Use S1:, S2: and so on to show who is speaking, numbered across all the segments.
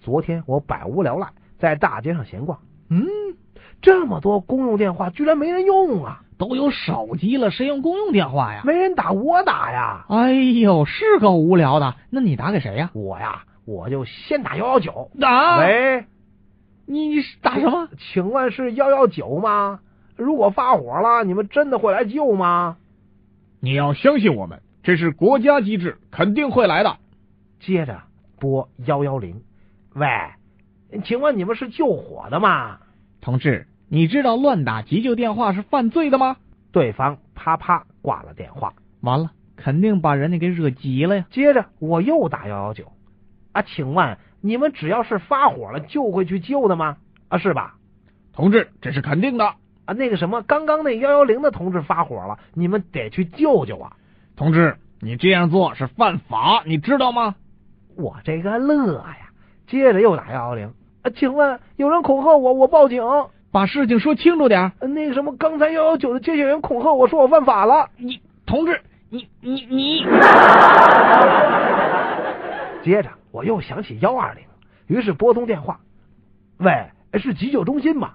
S1: 昨天我百无聊赖，在大街上闲逛，
S2: 嗯，
S1: 这么多公用电话居然没人用啊！
S2: 都有手机了，谁用公用电话呀？
S1: 没人打我打呀！
S2: 哎呦，是够无聊的。那你打给谁呀、
S1: 我呀，我就先打幺幺九。
S2: 啊
S1: 喂，
S2: 你你是打什么？
S1: 请问是幺幺九吗？如果发火了，你们真的会来救吗？
S3: 你要相信我们，这是国家机制，肯定会来的。
S1: 接着拨幺幺零。喂，请问你们是救火的吗？
S2: 同志，你知道乱打急救电话是犯罪的吗？
S1: 对方啪啪挂了电话。
S2: 完了，肯定把人家给惹急了呀。
S1: 接着我又打幺幺九，啊，请问你们只要是发火了就会去救的吗？啊，是吧？
S3: 同志，这是肯定的。
S1: 啊，那个什么，刚刚那幺幺零的同志发火了，你们得去救救啊！
S3: 同志，你这样做是犯法，你知道吗？
S1: 我这个乐呀！接着又打幺幺零，啊，请问有人恐吓我，我报警。呃
S2: 把事情说清楚点儿。
S1: 那个什么，刚才幺幺九的接线员恐吓我说我犯法了。
S2: 你同志，你你你，
S1: 接着我又想起幺二零，于是拨通电话，喂，是急救中心吗？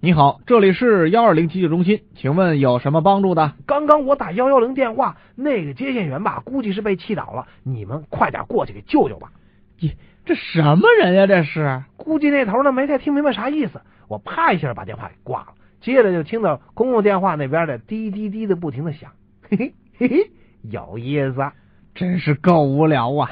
S2: 你好，这里是幺二零急救中心，请问有什么帮助的？
S1: 刚刚我打幺幺零电话，那个接线员吧，估计是被气倒了。你们快点过去给救救吧！
S2: 你这什么人呀？这是
S1: 估计那头呢没太听明白啥意思，我啪一下把电话给挂了。接着就听到公共电话那边的滴滴滴的不停的响，嘿嘿嘿嘿，有意思啊。
S2: 真是够无聊啊！